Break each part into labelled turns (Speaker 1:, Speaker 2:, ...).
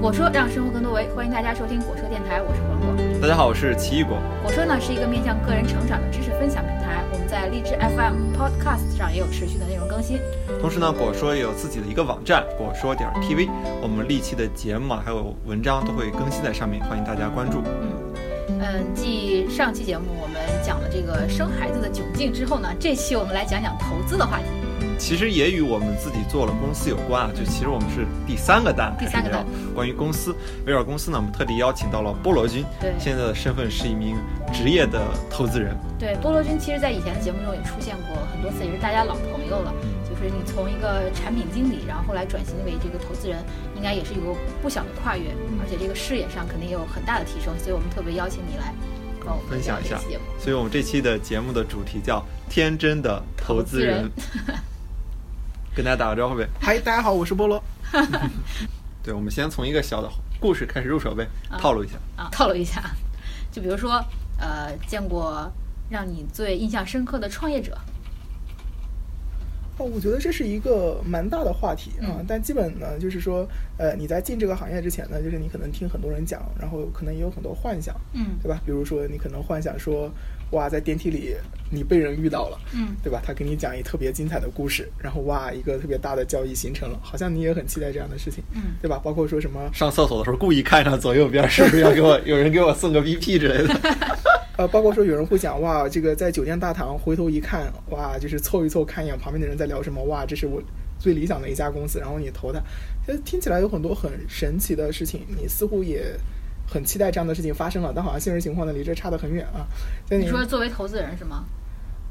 Speaker 1: 火车让生活更多维，欢迎大家收听火车电台，我是黄瓜。
Speaker 2: 大家好，我是奇异果。
Speaker 1: 火车呢是一个面向个人成长的知识分享平台，我们在荔枝 FM、Podcast 上也有持续的内容更新。
Speaker 2: 同时呢，果说也有自己的一个网站，果说点儿 TV。我们历期的节目啊，还有文章都会更新在上面，欢迎大家关注。
Speaker 1: 嗯，继上期节目我们讲了这个生孩子的窘境之后呢，这期我们来讲讲投资的话题。
Speaker 2: 其实也与我们自己做了公司有关啊，就其实我们是第三个蛋，
Speaker 1: 第三个蛋
Speaker 2: 还是聊关于公司。围绕公司呢，我们特地邀请到了菠萝君，
Speaker 1: 对
Speaker 2: 现在的身份是一名职业的投资人。
Speaker 1: 对，菠萝君其实在以前的节目中也出现过很多次，也是大家老朋友了。就是你从一个产品经理，然后后来转型为这个投资人，应该也是有不小的跨越，而且这个视野上肯定也有很大的提升，所以我们特别邀请你来跟我们
Speaker 2: 分享
Speaker 1: 聊
Speaker 2: 一下
Speaker 1: 这期节目。
Speaker 2: 所以我们这期的节目的主题叫“天真的投资人”， 跟大家打个招呼呗。
Speaker 3: 嗨，大家好，我是菠萝。
Speaker 2: 对，我们先从一个小的故事开始入手呗，
Speaker 1: 啊
Speaker 2: 套路一下。
Speaker 1: 啊，透露一下，就比如说，呃，见过让你最印象深刻的创业者，
Speaker 3: 哦，我觉得这是一个蛮大的话题啊，
Speaker 1: 嗯
Speaker 3: 但基本呢，就是说，呃，你在进这个行业之前呢，就是你可能听很多人讲，然后可能也有很多幻想，
Speaker 1: 嗯
Speaker 3: 对吧？比如说，你可能幻想说，哇，在电梯里你被人遇到了，
Speaker 1: 嗯，
Speaker 3: 对吧？他给你讲一特别精彩的故事，然后哇，一个特别大的交易形成了，好像你也很期待这样的事情，
Speaker 1: 嗯
Speaker 3: 对吧？包括说什么，
Speaker 2: 上厕所的时候故意看上左右边，是不是要给我有人给我送个 VP 之类的？
Speaker 3: 呃，包括说有人会讲哇，这个在酒店大堂回头一看，哇，就是凑一凑看一眼旁边的人在聊什么，哇，这是我最理想的一家公司，然后你投它，其实听起来有很多很神奇的事情，你似乎也很期待这样的事情发生了，但好像现实情况呢离这差得很远啊。就
Speaker 1: 你说作嗯为投资人是吗？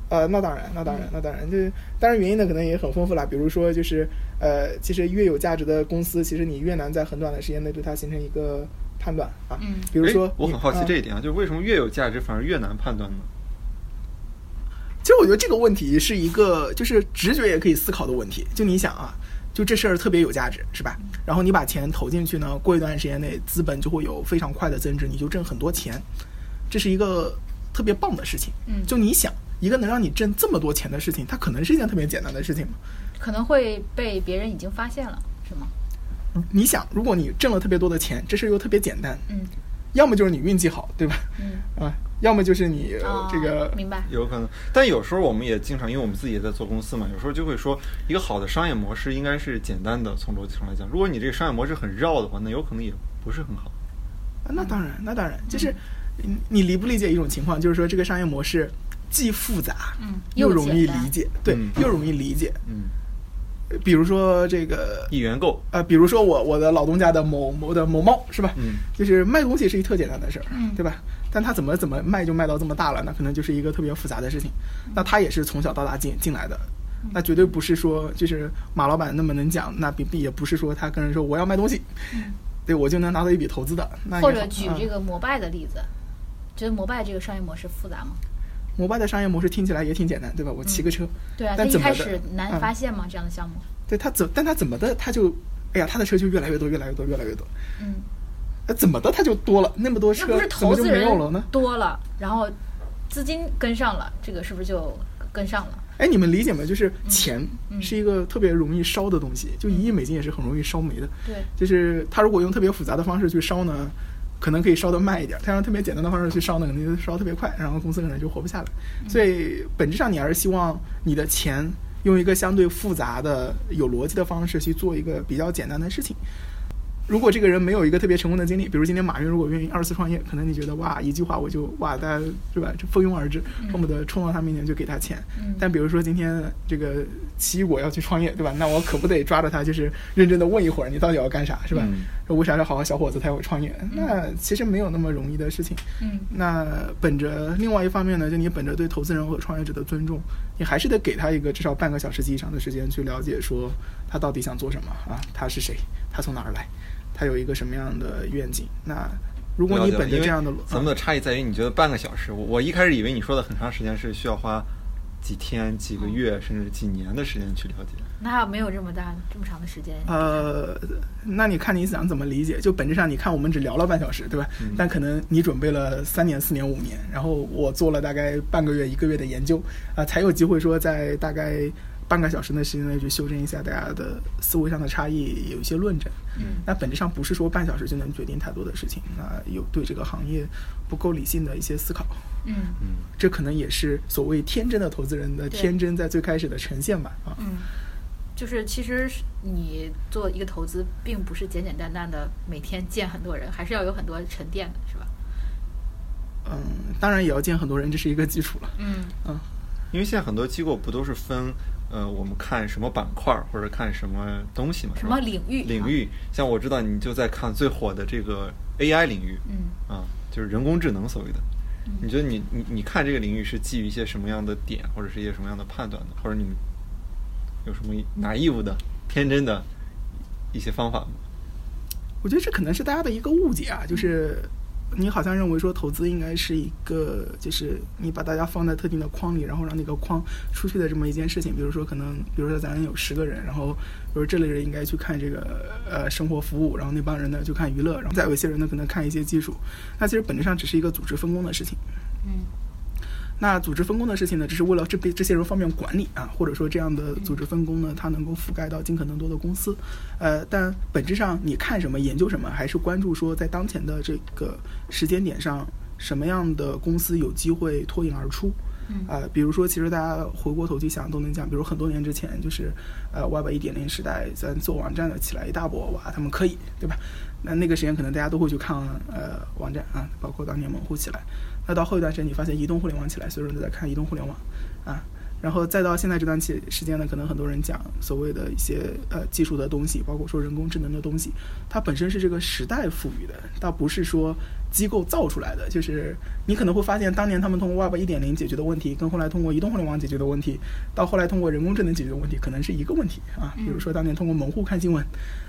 Speaker 3: 呃，那当然，那当然，那当然，就是当然原因呢可能也很丰富啦，比如说就是呃，其实越有价值的公司，其实你越难在很短的时间内对它形成一个判断啊，
Speaker 1: 嗯
Speaker 3: 比如说
Speaker 2: 诶我
Speaker 3: 你
Speaker 2: 很好奇
Speaker 3: 啊
Speaker 2: 这一点啊，就是为什么越有价值反而越难判断呢？
Speaker 3: 其实我觉得这个问题是一个就是直觉也可以思考的问题。就你想啊，就这事儿特别有价值，是吧？然后你把钱投进去呢，过一段时间内资本就会有非常快的增值，你就挣很多钱，这是一个特别棒的事情。
Speaker 1: 嗯
Speaker 3: 就你想，一个能让你挣这么多钱的事情，它可能是一件特别简单的事情吗？
Speaker 1: 可能会被别人已经发现了，是吗？
Speaker 3: 你想，如果你挣了特别多的钱，这事儿又特别简单，
Speaker 1: 嗯
Speaker 3: 要么就是你运气好，对吧？
Speaker 1: 嗯，
Speaker 3: 啊，要么就是你、呃
Speaker 1: 哦
Speaker 3: 这个
Speaker 1: 明白，
Speaker 2: 有可能，但有时候我们也经常，因为我们自己也在做公司嘛，有时候就会说，一个好的商业模式应该是简单的，从逻辑上来讲，如果你这个商业模式很绕的话，那有可能也不是很好。
Speaker 3: 啊，
Speaker 1: 嗯
Speaker 3: 那当然，那当然，就是你你理不理解一种情况，就是说这个商业模式既复杂，
Speaker 1: 嗯
Speaker 3: 又
Speaker 1: 又
Speaker 3: 容易
Speaker 1: 简单
Speaker 3: 理解，对，
Speaker 2: 嗯
Speaker 3: 又容易理解。
Speaker 2: 嗯，
Speaker 3: 比如说这个，
Speaker 2: 一元购，
Speaker 3: 呃，比如说我我的老东家的某某的某猫是吧？
Speaker 2: 嗯
Speaker 3: 就是卖东西是一特简单的事儿，
Speaker 1: 嗯
Speaker 3: 对吧？但他怎么怎么卖就卖到这么大了，那可能就是一个特别复杂的事情。
Speaker 1: 嗯
Speaker 3: 那他也是从小到大进进来的，那绝对不是说就是马老板那么能讲，那并也不是说他跟人说我要卖东西，对我就能拿到一笔投资的。那也
Speaker 1: 嗯或者
Speaker 3: 好
Speaker 1: 举
Speaker 3: 嗯
Speaker 1: 这个摩拜的例子，觉得摩拜这个商业模式复杂吗？
Speaker 3: 摩拜的商业模式听起来也挺简单，对吧？我骑个车，
Speaker 1: 对啊，它
Speaker 3: 但
Speaker 1: 一
Speaker 3: 怎么
Speaker 1: 开
Speaker 3: 的嗯
Speaker 1: 始难发现吗？这样的项目？
Speaker 3: 对他怎，但他怎么的，他就，哎呀，他的车就越来越多，越来越多，越来越多，
Speaker 1: 嗯，
Speaker 3: 呃，怎么的他就多了，那么多
Speaker 1: 那
Speaker 3: 车
Speaker 1: 不是
Speaker 3: 怎么
Speaker 1: 投
Speaker 3: 就
Speaker 1: 资
Speaker 3: 没
Speaker 1: 人
Speaker 3: 有了呢？
Speaker 1: 多了，然后资金跟上了，这个是不是就跟上了？
Speaker 3: 哎，你们理解吗？就是钱
Speaker 1: 嗯
Speaker 3: 是一个特别容易烧的东西，就一亿美金也是很容易烧没的。
Speaker 1: 对，
Speaker 3: 就是他如果用特别复杂的方式去烧呢，可能可以烧得慢一点；他用特别简单的方式去烧呢，可能就烧得特别快，然后公司可能就活不下来。所以本质上你还是希望你的钱用一个相对复杂的、有逻辑的方式去做一个比较简单的事情。如果这个人没有一个特别成功的经历，比如今天马云如果愿意二次创业，可能你觉得哇，一句话我就哇，大家是吧，就蜂拥而至，恨不得冲到他面前就给他钱。
Speaker 1: 嗯
Speaker 3: 但比如说今天这个奇异果要去创业，对吧？那我可不得抓着他，就是认真的问一会儿，你到底要干啥，是吧
Speaker 2: 嗯？
Speaker 3: 说为啥要好好小伙子才会创业？那其实没有那么容易的事情。
Speaker 1: 嗯
Speaker 3: 那本着另外一方面呢，就你本着对投资人和创业者的尊重，你还是得给他一个至少半个小时及以上的时间去了解，说他到底想做什么啊，他是谁，他从哪儿来，他有一个什么样的愿景。那如果你
Speaker 2: 了解了
Speaker 3: 本着
Speaker 2: 因为
Speaker 3: 这样的逻，
Speaker 2: 咱们的差异在于，你觉得半个小时，我我一开始以为你说的很长时间是需要花几天、几个月，甚至几年的时间去了解。
Speaker 1: 那没有这么大这么长的时间。
Speaker 3: 呃，那你看你想怎么理解？就本质上，你看我们只聊了半小时，对吧？
Speaker 2: 嗯
Speaker 3: 但可能你准备了三年、四年、五年，然后我做了大概半个月、一个月的研究，啊、才有机会说在大概半个小时的时间内去修正一下大家的思维上的差异，有一些论证。
Speaker 1: 嗯
Speaker 3: 那本质上不是说半小时就能决定太多的事情，那有对这个行业不够理性的一些思考，
Speaker 1: 嗯
Speaker 2: 嗯，
Speaker 3: 这可能也是所谓天真的投资人的
Speaker 1: 对
Speaker 3: 天真在最开始的呈现吧。啊，
Speaker 1: 嗯，就是其实是你做一个投资，并不是简简单单的每天见很多人，还是要有很多沉淀的，是吧？
Speaker 3: 嗯，当然也要见很多人，这是一个基础了。
Speaker 1: 嗯
Speaker 3: 嗯，
Speaker 2: 因为现在很多机构不都是分，呃，我们看什么板块儿或者看什么东西嘛，是
Speaker 1: 什
Speaker 2: 吧
Speaker 1: 么领域
Speaker 2: 领域，像我知道你就在看最火的这个 AI 领域，
Speaker 1: 嗯
Speaker 2: 啊，就是人工智能所谓的。你觉得你你你看这个领域是基于一些什么样的点，或者是一些什么样的判断的，或者你们有什么拿义务的、天真的一些方法吗？
Speaker 3: 我觉得这可能是大家的一个误解啊，就是你好像认为说投资应该是一个，就是你把大家放在特定的框里，然后让那个框出去的这么一件事情。比如说，可能比如说咱有十个人，然后比如这类人应该去看这个呃生活服务，然后那帮人呢就看娱乐，然后再有一些人呢可能看一些技术。那其实本质上只是一个组织分工的事情。
Speaker 1: 嗯
Speaker 3: 那组织分工的事情呢，只是为了这被这些人方面管理啊，或者说这样的组织分工呢，它能够覆盖到尽可能多的公司。呃，但本质上你看什么、研究什么，还是关注说在当前的这个时间点上，什么样的公司有机会脱颖而出。
Speaker 1: 嗯
Speaker 3: 呃，比如说，其实大家回过头去想都能讲，比如很多年之前，就是呃，Web 一点零时代，咱做网站的起来一大波，哇，他们可以，对吧？那那个时间可能大家都会去看呃网站啊，包括当年门户起来。那到后一段时间，你发现移动互联网起来，所有人都在看移动互联网啊。然后再到现在这段期时间呢，可能很多人讲所谓的一些呃技术的东西，包括说人工智能的东西，它本身是这个时代赋予的，倒不是说机构造出来的。就是你可能会发现，当年他们通过 Web 一点零解决的问题，跟后来通过移动互联网解决的问题，到后来通过人工智能解决的问题，可能是一个问题啊。比如说当年通过门户看新闻，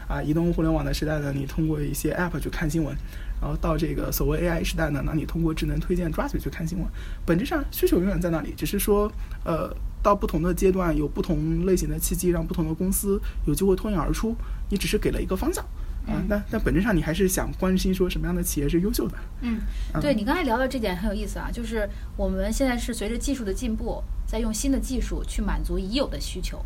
Speaker 3: 啊，移动互联网的时代呢，你通过一些 App 去看新闻，然后到这个所谓 AI 时代呢，那你通过智能推荐抓取去看新闻，本质上需求永远在那里，只是说，呃，到不同的阶段有不同类型的契机，让不同的公司有机会脱颖而出，你只是给了一个方向。啊
Speaker 1: 嗯，
Speaker 3: 但但本质上你还是想关心说什么样的企业是优秀的，
Speaker 1: 嗯，对你刚才聊到这点很有意思啊，就是我们现在是随着技术的进步，在用新的技术去满足已有的需求。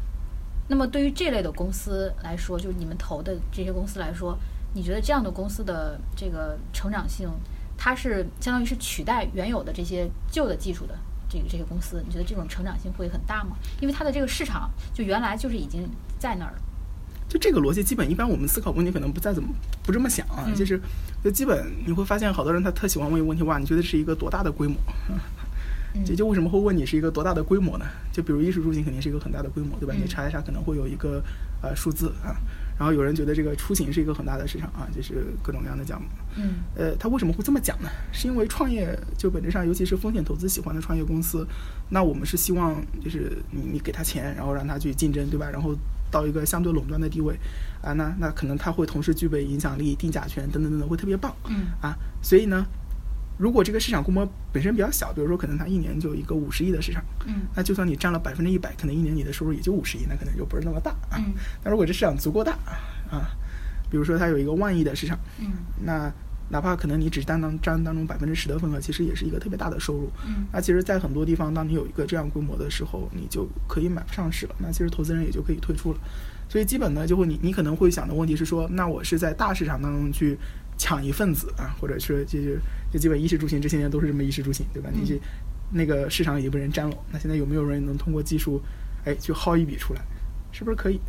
Speaker 1: 那么对于这类的公司来说，就是你们投的这些公司来说，你觉得这样的公司的这个成长性，它是相当于是取代原有的这些旧的技术的这个这些公司，你觉得这种成长性会很大吗？因为它的这个市场就原来就是已经在那儿了。
Speaker 3: 就这个逻辑，基本一般我们思考问题可能不再怎么不这么想啊，
Speaker 1: 嗯
Speaker 3: 就是就基本你会发现好多人他特喜欢问一个问题，哇，你觉得是一个多大的规模？
Speaker 1: 嗯
Speaker 3: 这就为什么会问你是一个多大的规模呢？就比如衣食住行肯定是一个很大的规模，对吧？
Speaker 1: 嗯
Speaker 3: 你查一查可能会有一个呃数字啊，然后有人觉得这个出行是一个很大的市场啊，就是各种各样的项目。
Speaker 1: 嗯
Speaker 3: 呃，他为什么会这么讲呢？是因为创业就本质上，尤其是风险投资喜欢的创业公司，那我们是希望就是你你给他钱，然后让他去竞争，对吧？然后到一个相对垄断的地位，啊，那那可能他会同时具备影响力、定价权等等等等，会特别棒
Speaker 1: 嗯
Speaker 3: 啊。所以呢，如果这个市场规模本身比较小，比如说可能他一年就有一个五十亿的市场，
Speaker 1: 嗯
Speaker 3: 那就算你占了百分之一百，可能一年你的收入也就五十亿，那可能就不是那么大啊。
Speaker 1: 嗯
Speaker 3: 那如果这市场足够大啊，比如说它有一个万亿的市场。
Speaker 1: 嗯
Speaker 3: 那哪怕可能你只占当占当中百分之十的份额，其实也是一个特别大的收入。
Speaker 1: 嗯
Speaker 3: 那其实，在很多地方，当你有一个这样规模的时候，你就可以买上市了。那其实投资人也就可以退出了。所以基本呢，就会你你可能会想的问题是说，那我是在大市场当中去抢一份子啊，或者是就是就基本衣食住行这些年都是这么衣食住行，对吧？你这那个市场已经被人占了，那现在有没有人能通过技术，哎，去薅一笔出来？是不是可以？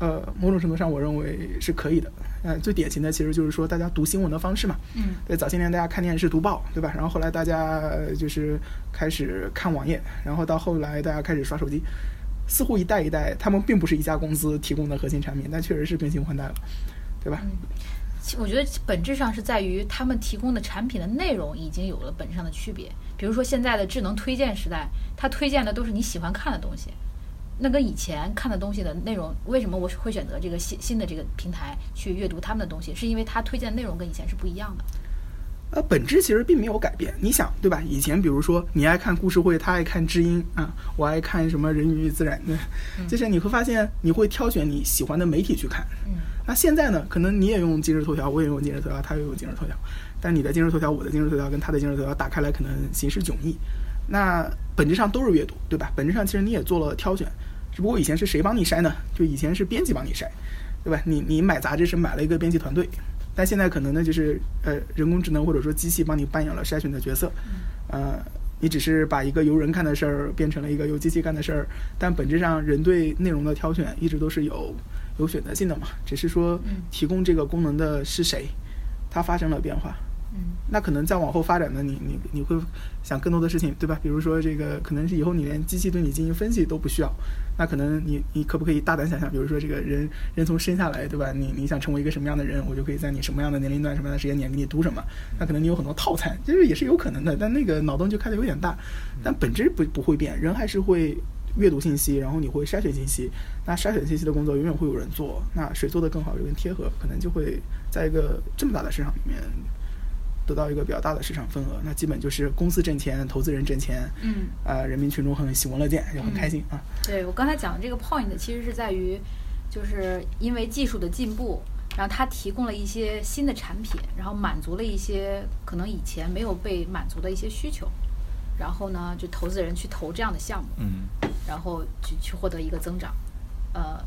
Speaker 3: 呃，某种程度上，我认为是可以的。呃，最典型的其实就是说，大家读新闻的方式嘛。
Speaker 1: 嗯
Speaker 3: 对，早些年大家看电视读报，对吧？然后后来大家呃就是开始看网页，然后到后来大家开始刷手机，似乎一代一代，他们并不是一家公司提供的核心产品，但确实是更新换代了，对
Speaker 1: 嗯
Speaker 3: 吧？
Speaker 1: 其我觉得本质上是在于他们提供的产品的内容已经有了本质上的区别。比如说现在的智能推荐时代，它推荐的都是你喜欢看的东西，那跟以前看的东西的内容，为什么我会选择这个新新的这个平台去阅读他们的东西，是因为它推荐的内容跟以前是不一样的。
Speaker 3: 呃，本质其实并没有改变。你想，对吧？以前比如说你爱看故事会，他爱看知音啊，我爱看什么人云与自然的，就是你会发现你会挑选你喜欢的媒体去看。
Speaker 1: 嗯
Speaker 3: 那现在呢，可能你也用今日头条，我也用今日头条，他也用今日头条，但你的今日头条、我的今日头条跟他的今日头条打开来，可能形式迥异。那本质上都是阅读，对吧？本质上其实你也做了挑选，只不过以前是谁帮你筛呢？就以前是编辑帮你筛，对吧？你你买杂志是买了一个编辑团队，但现在可能呢就是呃人工智能或者说机器帮你扮演了筛选的角色，呃，你只是把一个由人干的事儿变成了一个由机器干的事儿，但本质上人对内容的挑选一直都是有有选择性的嘛，只是说
Speaker 1: 嗯
Speaker 3: 提供这个功能的是谁，它发生了变化。
Speaker 1: 嗯
Speaker 3: 那可能再往后发展呢，你你你会想更多的事情，对吧？比如说这个，可能是以后你连机器对你进行分析都不需要，那可能你你可不可以大胆想象，比如说这个人人从生下来，对吧？你你想成为一个什么样的人，我就可以在你什么样的年龄段、什么样的时间点给你读什么，那可能你有很多套餐，这是也是有可能的，但那个脑洞就开的有点大，但本质不不会变，人还是会。阅读信息，然后你会筛选信息，那筛选信息的工作永远会有人做，那谁做的更好，有人贴合，可能就会在一个这么大的市场里面得到一个比较大的市场份额，那基本就是公司挣钱，投资人挣钱，
Speaker 1: 嗯，
Speaker 3: 啊、人民群众很喜闻乐见，就很开心啊。
Speaker 1: 对我刚才讲的这个 point 其实是在于，就是因为技术的进步，然后它提供了一些新的产品，然后满足了一些可能以前没有被满足的一些需求，然后呢，就投资人去投这样的项目，
Speaker 2: 嗯
Speaker 1: 然后去去获得一个增长，呃，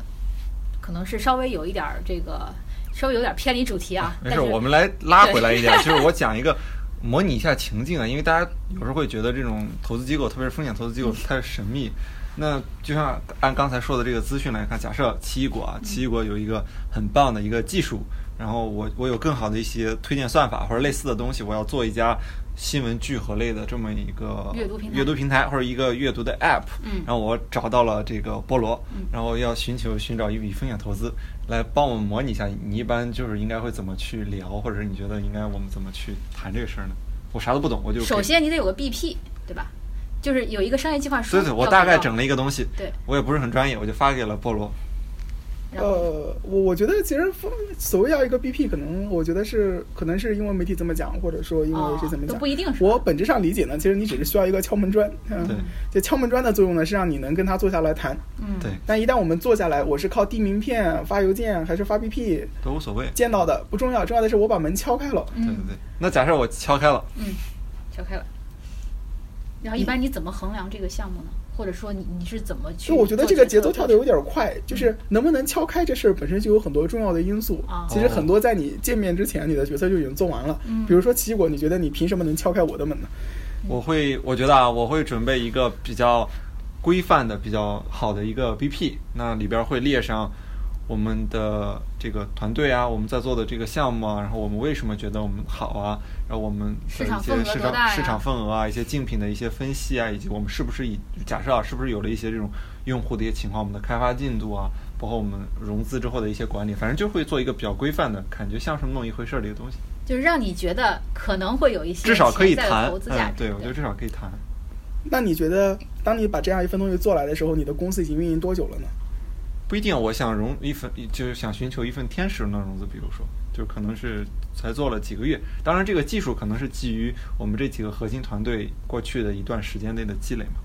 Speaker 1: 可能是稍微有一点儿这个稍微有点儿偏离主题啊，
Speaker 2: 没
Speaker 1: 但
Speaker 2: 事，
Speaker 1: 是
Speaker 2: 我们来拉回来一点，就是我讲一个模拟一下情境啊，因为大家有时候会觉得这种投资机构，特别是风险投资机构太神秘。那就像按刚才说的这个资讯来看，假设奇异果
Speaker 1: 嗯
Speaker 2: 啊，奇异果有一个很棒的一个技术，然后我我有更好的一些推荐算法或者类似的东西，我要做一家新闻聚合类的这么一个
Speaker 1: 阅读平台
Speaker 2: 阅读平台或者一个阅读的 app，
Speaker 1: 嗯
Speaker 2: 然后我找到了这个菠萝
Speaker 1: 嗯，
Speaker 2: 然后要寻求寻找一笔风险投资，来帮我们模拟一下，你一般就是应该会怎么去聊，或者是你觉得应该我们怎么去谈这个事儿呢？我啥都不懂，我就可以
Speaker 1: 首，先你得有个 BP，对吧？就是有一个商业计划书
Speaker 2: 对
Speaker 1: 要给
Speaker 2: 对，
Speaker 1: 到，
Speaker 2: 我大概整了一个东西，
Speaker 1: 对，
Speaker 2: 我也不是很专业，我就发给了菠萝。
Speaker 1: 然后
Speaker 3: 呃，我我觉得其实所谓要一个 BP，可能我觉得是可能是因为媒体这么讲，或者说因为
Speaker 1: 哦
Speaker 3: 是怎么
Speaker 1: 都
Speaker 3: 讲，
Speaker 1: 不一定是
Speaker 3: 我本质上理解呢，其实你只是需要一个敲门砖，嗯
Speaker 2: 对，
Speaker 3: 这敲门砖的作用呢是让你能跟他坐下来谈。
Speaker 1: 嗯
Speaker 2: 对，
Speaker 3: 但一旦我们坐下来，我是靠递名片、发邮件还是发 BP
Speaker 2: 都无所谓。
Speaker 3: 见到的不重要，重要的是我把门敲开了。
Speaker 2: 对对
Speaker 1: 嗯
Speaker 2: 对，那假设我敲开了，
Speaker 1: 嗯，敲开了。然后一般你怎么衡量这个项目呢？或者说你你是怎么去
Speaker 3: 嗯就
Speaker 1: 做
Speaker 3: 我
Speaker 1: 过程？
Speaker 3: 觉得这个节奏跳的有点快，就是能不能敲开这事儿本身就有很多重要的因素
Speaker 1: 啊。
Speaker 3: 其实很多在你见面之前，你的角色就已经做完了
Speaker 1: 嗯。
Speaker 3: 比如说奇异果，你觉得你凭什么能敲开我的门呢？
Speaker 2: 我会，我觉得啊，我会准备一个比较规范的、比较好的一个 BP，那里边儿会列上我们的这个团队啊，我们在做的这个项目啊，然后我们为什么觉得我们好啊，然后我们的
Speaker 1: 市场
Speaker 2: 一
Speaker 1: 份
Speaker 2: 些
Speaker 1: 额
Speaker 2: 市
Speaker 1: 多
Speaker 2: 场、
Speaker 1: 大呀
Speaker 2: 市场份额啊，一些竞品的一些分析啊，以及我们是不是以假设啊，是不是有了一些这种用户的一些情况，我们的开发进度啊，包括我们融资之后的一些管理，反正就会做一个比较规范的，感觉像是那么一回事儿的一个东西，
Speaker 1: 就是让你觉得可能会有一些
Speaker 2: 至少可以
Speaker 1: 潜在的
Speaker 2: 谈
Speaker 1: 投。资价
Speaker 2: 嗯，
Speaker 1: 值。
Speaker 2: 对，我觉得至少可以谈。
Speaker 3: 那你觉得，当你把这样一份东西做来的时候，你的公司已经运营多久了呢？
Speaker 2: 不一定，我想融一份，就是想寻求一份天使轮的融资，比如说，就可能是才做了几个月。当然，这个技术可能是基于我们这几个核心团队过去的一段时间内的积累嘛。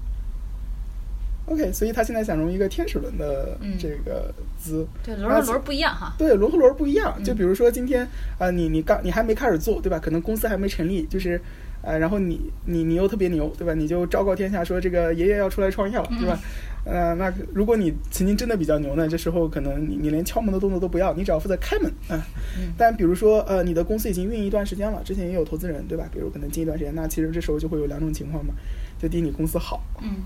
Speaker 3: OK，所以他现在想融一个天使轮的
Speaker 1: 嗯
Speaker 3: 这个资，
Speaker 1: 对轮儿和轮儿不一样哈。
Speaker 3: 对，轮和轮不一样。就
Speaker 1: 嗯
Speaker 3: 比如说今天啊、呃你你刚你还没开始做，对吧？可能公司还没成立，就是。呃，然后你你你又特别牛，对吧？你就昭告天下说这个爷爷要出来创业
Speaker 1: 嗯
Speaker 3: 了，对吧？呃，那如果你曾经真的比较牛呢，这时候可能你你连敲门的动作都不要，你只要负责开门啊、
Speaker 1: 嗯
Speaker 3: 但比如说呃，你的公司已经运营一段时间了，之前也有投资人，对吧？比如可能近一段时间，那其实这时候就会有两种情况嘛，就第一你公司好，
Speaker 1: 嗯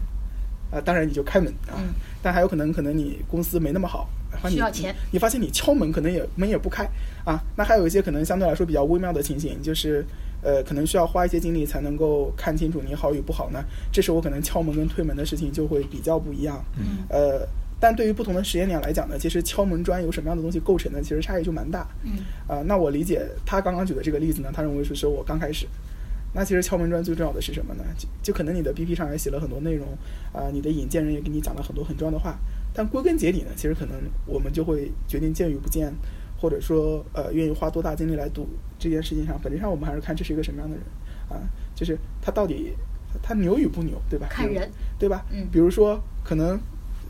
Speaker 3: 啊，当然你就开门啊，
Speaker 1: 嗯
Speaker 3: 但还有可能可能你公司没那么好，然后你
Speaker 1: 需要钱
Speaker 3: 你，你发现你敲门可能也门也不开啊。那还有一些可能相对来说比较微妙的情形，就是呃，可能需要花一些精力才能够看清楚你好与不好呢。这时候可能敲门跟推门的事情就会比较不一样，
Speaker 1: 嗯
Speaker 3: 呃。但对于不同的时间点来讲呢，其实敲门砖由什么样的东西构成呢？其实差异就蛮大。
Speaker 1: 嗯
Speaker 3: 啊，那我理解他刚刚举的这个例子呢，他认为是说我刚开始。那其实敲门砖最重要的是什么呢？就就可能你的 BP 上也写了很多内容，啊、你的引荐人也给你讲了很多很重要的话，但归根结底呢，其实可能我们就会决定见与不见，或者说呃愿意花多大精力来赌这件事情上，本质上我们还是看这是一个什么样的人啊，就是他到底他牛与不牛，对吧？
Speaker 1: 看
Speaker 3: 比如
Speaker 1: 人，
Speaker 3: 对吧？
Speaker 1: 嗯
Speaker 3: 比如说可能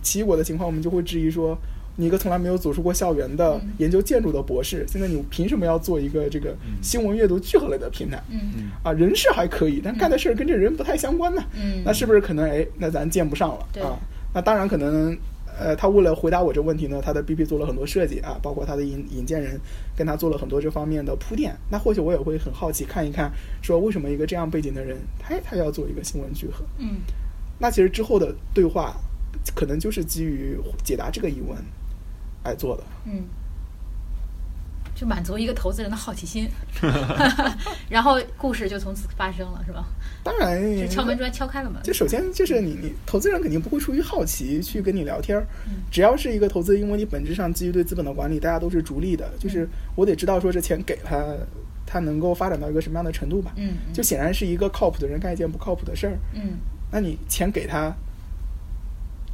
Speaker 3: 奇异果的情况，我们就会质疑说，你一个从来没有走出过校园的
Speaker 1: 嗯
Speaker 3: 研究建筑的博士，现在你凭什么要做一个这个
Speaker 2: 嗯
Speaker 3: 新闻阅读聚合类的平台？
Speaker 1: 嗯
Speaker 2: 嗯，
Speaker 3: 啊，人是还可以，但干的事儿跟这人不太相关呢。
Speaker 1: 嗯，
Speaker 3: 那是不是可能哎，那咱见不上了
Speaker 1: 对
Speaker 3: 啊？那当然可能呃，他为了回答我这问题呢，他的 BP 做了很多设计啊，包括他的引引荐人跟他做了很多这方面的铺垫。那或许我也会很好奇看一看，说为什么一个这样背景的人，他他要做一个新闻聚合？
Speaker 1: 嗯
Speaker 3: 那其实之后的对话，可能就是基于解答这个疑问来做的。
Speaker 1: 嗯，就满足一个投资人的好奇心， 然后故事就从此发生了，是吧？
Speaker 3: 当然，
Speaker 1: 就敲门砖敲开了门。
Speaker 3: 就首先就是你你投资人肯定不会出于好奇去跟你聊天儿
Speaker 1: 嗯，
Speaker 3: 只要是一个投资，因为你本质上基于对资本的管理，大家都是逐利的，
Speaker 1: 嗯
Speaker 3: 就是我得知道说这钱给他，他能够发展到一个什么样的程度吧。
Speaker 1: 嗯，嗯
Speaker 3: 就显然是一个靠谱的人干一件不靠谱的事儿，
Speaker 1: 嗯
Speaker 3: 那你钱给他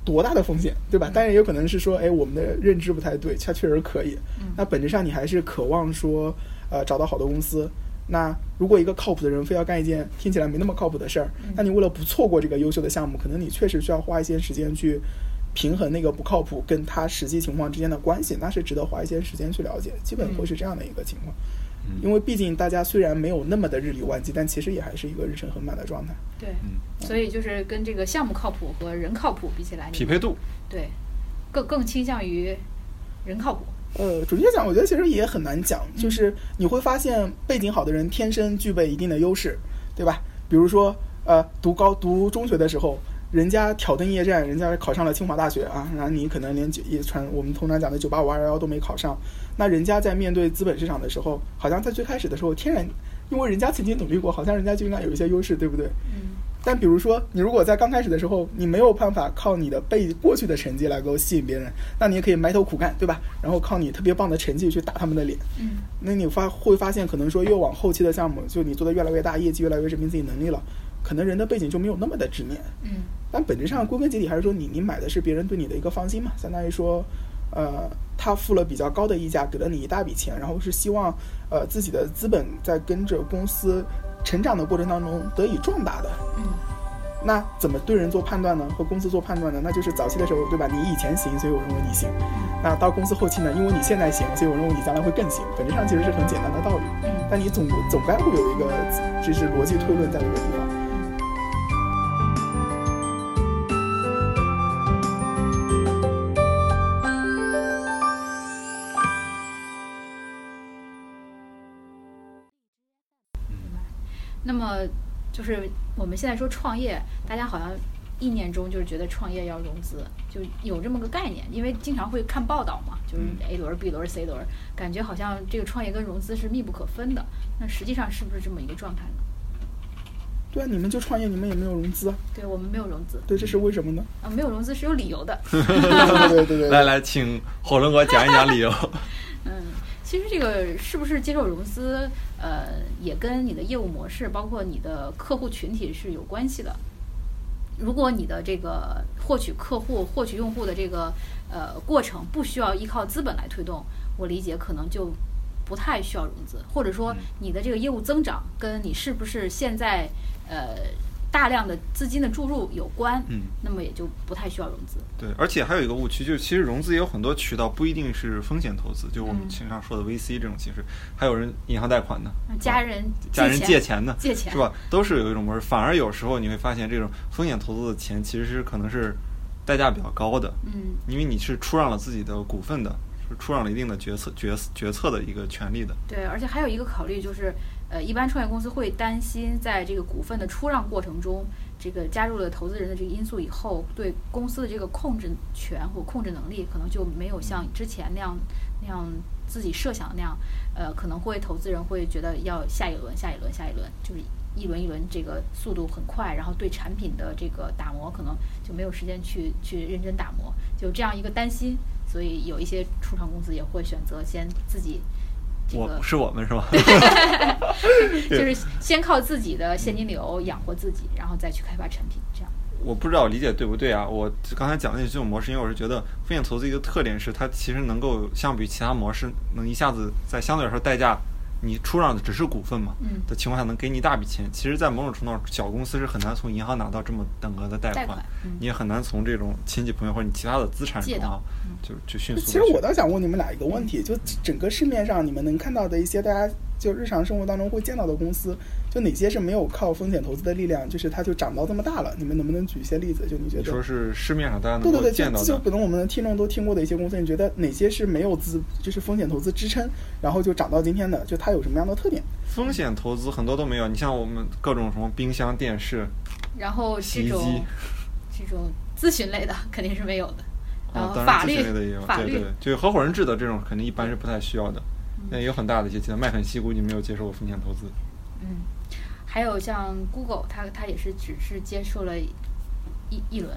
Speaker 3: 多大的风险，对
Speaker 1: 嗯
Speaker 3: 吧？当然也有可能是说，哎，我们的认知不太对，他确实可以。
Speaker 1: 嗯
Speaker 3: 那本质上你还是渴望说，呃，找到好的公司。那如果一个靠谱的人非要干一件听起来没那么靠谱的事儿
Speaker 1: 嗯，
Speaker 3: 那你为了不错过这个优秀的项目，可能你确实需要花一些时间去平衡那个不靠谱跟他实际情况之间的关系，那是值得花一些时间去了解。基
Speaker 1: 嗯
Speaker 3: 本会是这样的一个情况，
Speaker 2: 嗯
Speaker 3: 因为毕竟大家虽然没有那么的日理万机，但其实也还是一个日程很满的状态。
Speaker 1: 对，
Speaker 2: 嗯，
Speaker 1: 所以就是跟这个项目靠谱和人靠谱比起来，你
Speaker 2: 匹配度，
Speaker 1: 对，更更倾向于人靠谱。
Speaker 3: 呃，准确讲，我觉得其实也很难讲，就是你会发现背景好的人天生具备一定的优势，对吧？比如说，呃，读高读中学的时候，人家挑灯夜战，人家考上了清华大学啊，然后你可能连九一传我们通常讲的九八五二幺幺都没考上，那人家在面对资本市场的时候，好像在最开始的时候，天然因为人家曾经努力过，好像人家就应该有一些优势，对不对？
Speaker 1: 嗯
Speaker 3: 但比如说，你如果在刚开始的时候，你没有办法靠你的背过去的成绩来够吸引别人，那你也可以埋头苦干，对吧？然后靠你特别棒的成绩去打他们的脸。
Speaker 1: 嗯
Speaker 3: 那你发会发现，可能说越往后期的项目，就你做的越来越大，业绩越来越证明自己能力了，可能人的背景就没有那么的执念。
Speaker 1: 嗯
Speaker 3: 但本质上归根结底还是说你你买的是别人对你的一个放心嘛，相当于说，呃，他付了比较高的溢价，给了你一大笔钱，然后是希望呃自己的资本在跟着公司成长的过程当中得以壮大的。
Speaker 1: 嗯
Speaker 3: 那怎么对人做判断呢？和公司做判断呢？那就是早期的时候，对吧？你以前行，所以我认为你行。那到公司后期呢？因为你现在行，所以我认为你将来会更行。本质上其实是很简单的道理，
Speaker 1: 嗯，
Speaker 3: 但你总总该会有一个就是逻辑推论在这个地方。
Speaker 1: 那么就是我们现在说创业，大家好像意念中就是觉得创业要融资，就有这么个概念，因为经常会看报道嘛，就是
Speaker 2: 嗯
Speaker 1: A 轮、B 轮、C 轮，感觉好像这个创业跟融资是密不可分的。那实际上是不是这么一个状态呢？
Speaker 3: 对啊，你们就创业，你们也没有融资啊？
Speaker 1: 对我们没有融资
Speaker 3: 对，这是为什么呢？
Speaker 1: 啊，没有融资是有理由的。
Speaker 3: 对对对对
Speaker 2: 来
Speaker 3: 对，
Speaker 2: 来，请火龙果讲一讲理由。
Speaker 1: 嗯，其实这个是不是接受融资，呃，也跟你的业务模式，包括你的客户群体是有关系的。如果你的这个获取客户、获取用户的这个呃过程不需要依靠资本来推动，我理解可能就不太需要融资，或者说
Speaker 2: 嗯
Speaker 1: 你的这个业务增长跟你是不是现在呃大量的资金的注入有关，
Speaker 2: 嗯
Speaker 1: 那么也就不太需要融资。
Speaker 2: 对，而且还有一个误区，就是其实融资也有很多渠道，不一定是风险投资，就我们
Speaker 1: 嗯
Speaker 2: 经常说的 VC 这种形式，还有人银行贷款的，
Speaker 1: 那啊家人
Speaker 2: 家人借
Speaker 1: 借
Speaker 2: 钱的，
Speaker 1: 借钱
Speaker 2: 是吧？都是有一种模式，反而有时候你会发现，这种风险投资的钱其实是可能是代价比较高的，
Speaker 1: 嗯
Speaker 2: 因为你是出让了自己的股份的，是出让了一定的决策决决策的一个权利的。
Speaker 1: 对，而且还有一个考虑就是，呃，一般创业公司会担心在这个股份的出让过程中，这个加入了投资人的这个因素以后，对公司的这个控制权或控制能力，可能就没有像之前那样那样自己设想那样，呃，可能会投资人会觉得要下一轮、下一轮、下一轮，就是一轮一轮这个速度很快，然后对产品的这个打磨可能就没有时间去去认真打磨，就这样一个担心，所以有一些初创公司也会选择先自己。这个
Speaker 2: 我是我们是 吧？
Speaker 1: 就是先靠自己的现金流养活自己，然后再去开发产品，这样。
Speaker 2: 我不知道理解对不对啊？我刚才讲的那这种模式，因为我是觉得风险投资一个特点是，它其实能够相比其他模式，能一下子在相对来说代价，你出让的只是股份嘛
Speaker 1: 嗯
Speaker 2: 的情况下，能给你一大笔钱。其实，在某种程度上，小公司是很难从银行拿到这么等额的贷
Speaker 1: 贷
Speaker 2: 款，
Speaker 1: 款嗯
Speaker 2: 你也很难从这种亲戚朋友或者你其他的资产中
Speaker 1: 借
Speaker 2: 啊
Speaker 1: 到，嗯
Speaker 2: 就就迅速地
Speaker 3: 其
Speaker 2: 去。
Speaker 3: 实我倒想问你们俩一个问题，就整个市面上你们能看到的一些大家就日常生活当中会见到的公司，就哪些是没有靠风险投资的力量，就是它就长到这么大了？你们能不能举一些例子？就你觉
Speaker 2: 你
Speaker 3: 得
Speaker 2: 说是市面上大家能
Speaker 3: 对对
Speaker 2: 够
Speaker 3: 对，
Speaker 2: 见到
Speaker 3: 就就
Speaker 2: 的，
Speaker 3: 可能我们的听众都听过的一些公司，你觉得哪些是没有资，就是风险投资支撑，然后就涨到今天的，就它有什么样的特点？
Speaker 2: 风险投资很多都没有。你像我们各种什么冰箱、电视、
Speaker 1: 然后
Speaker 2: 洗
Speaker 1: 这
Speaker 2: 衣机
Speaker 1: 种这种咨询类的肯定是没有的，然
Speaker 2: 啊，
Speaker 1: 后哦
Speaker 2: 当然
Speaker 1: 法
Speaker 2: 咨
Speaker 1: 律
Speaker 2: 询类的也有，
Speaker 1: 法
Speaker 2: 对对
Speaker 1: 律
Speaker 2: 对，就合伙人制的这种肯定一般是不太需要的。那也有很大的一些集团，麦肯锡估计没有接受过风险投资。
Speaker 1: 嗯，还有像 Google，它它也是只是接触了一一轮，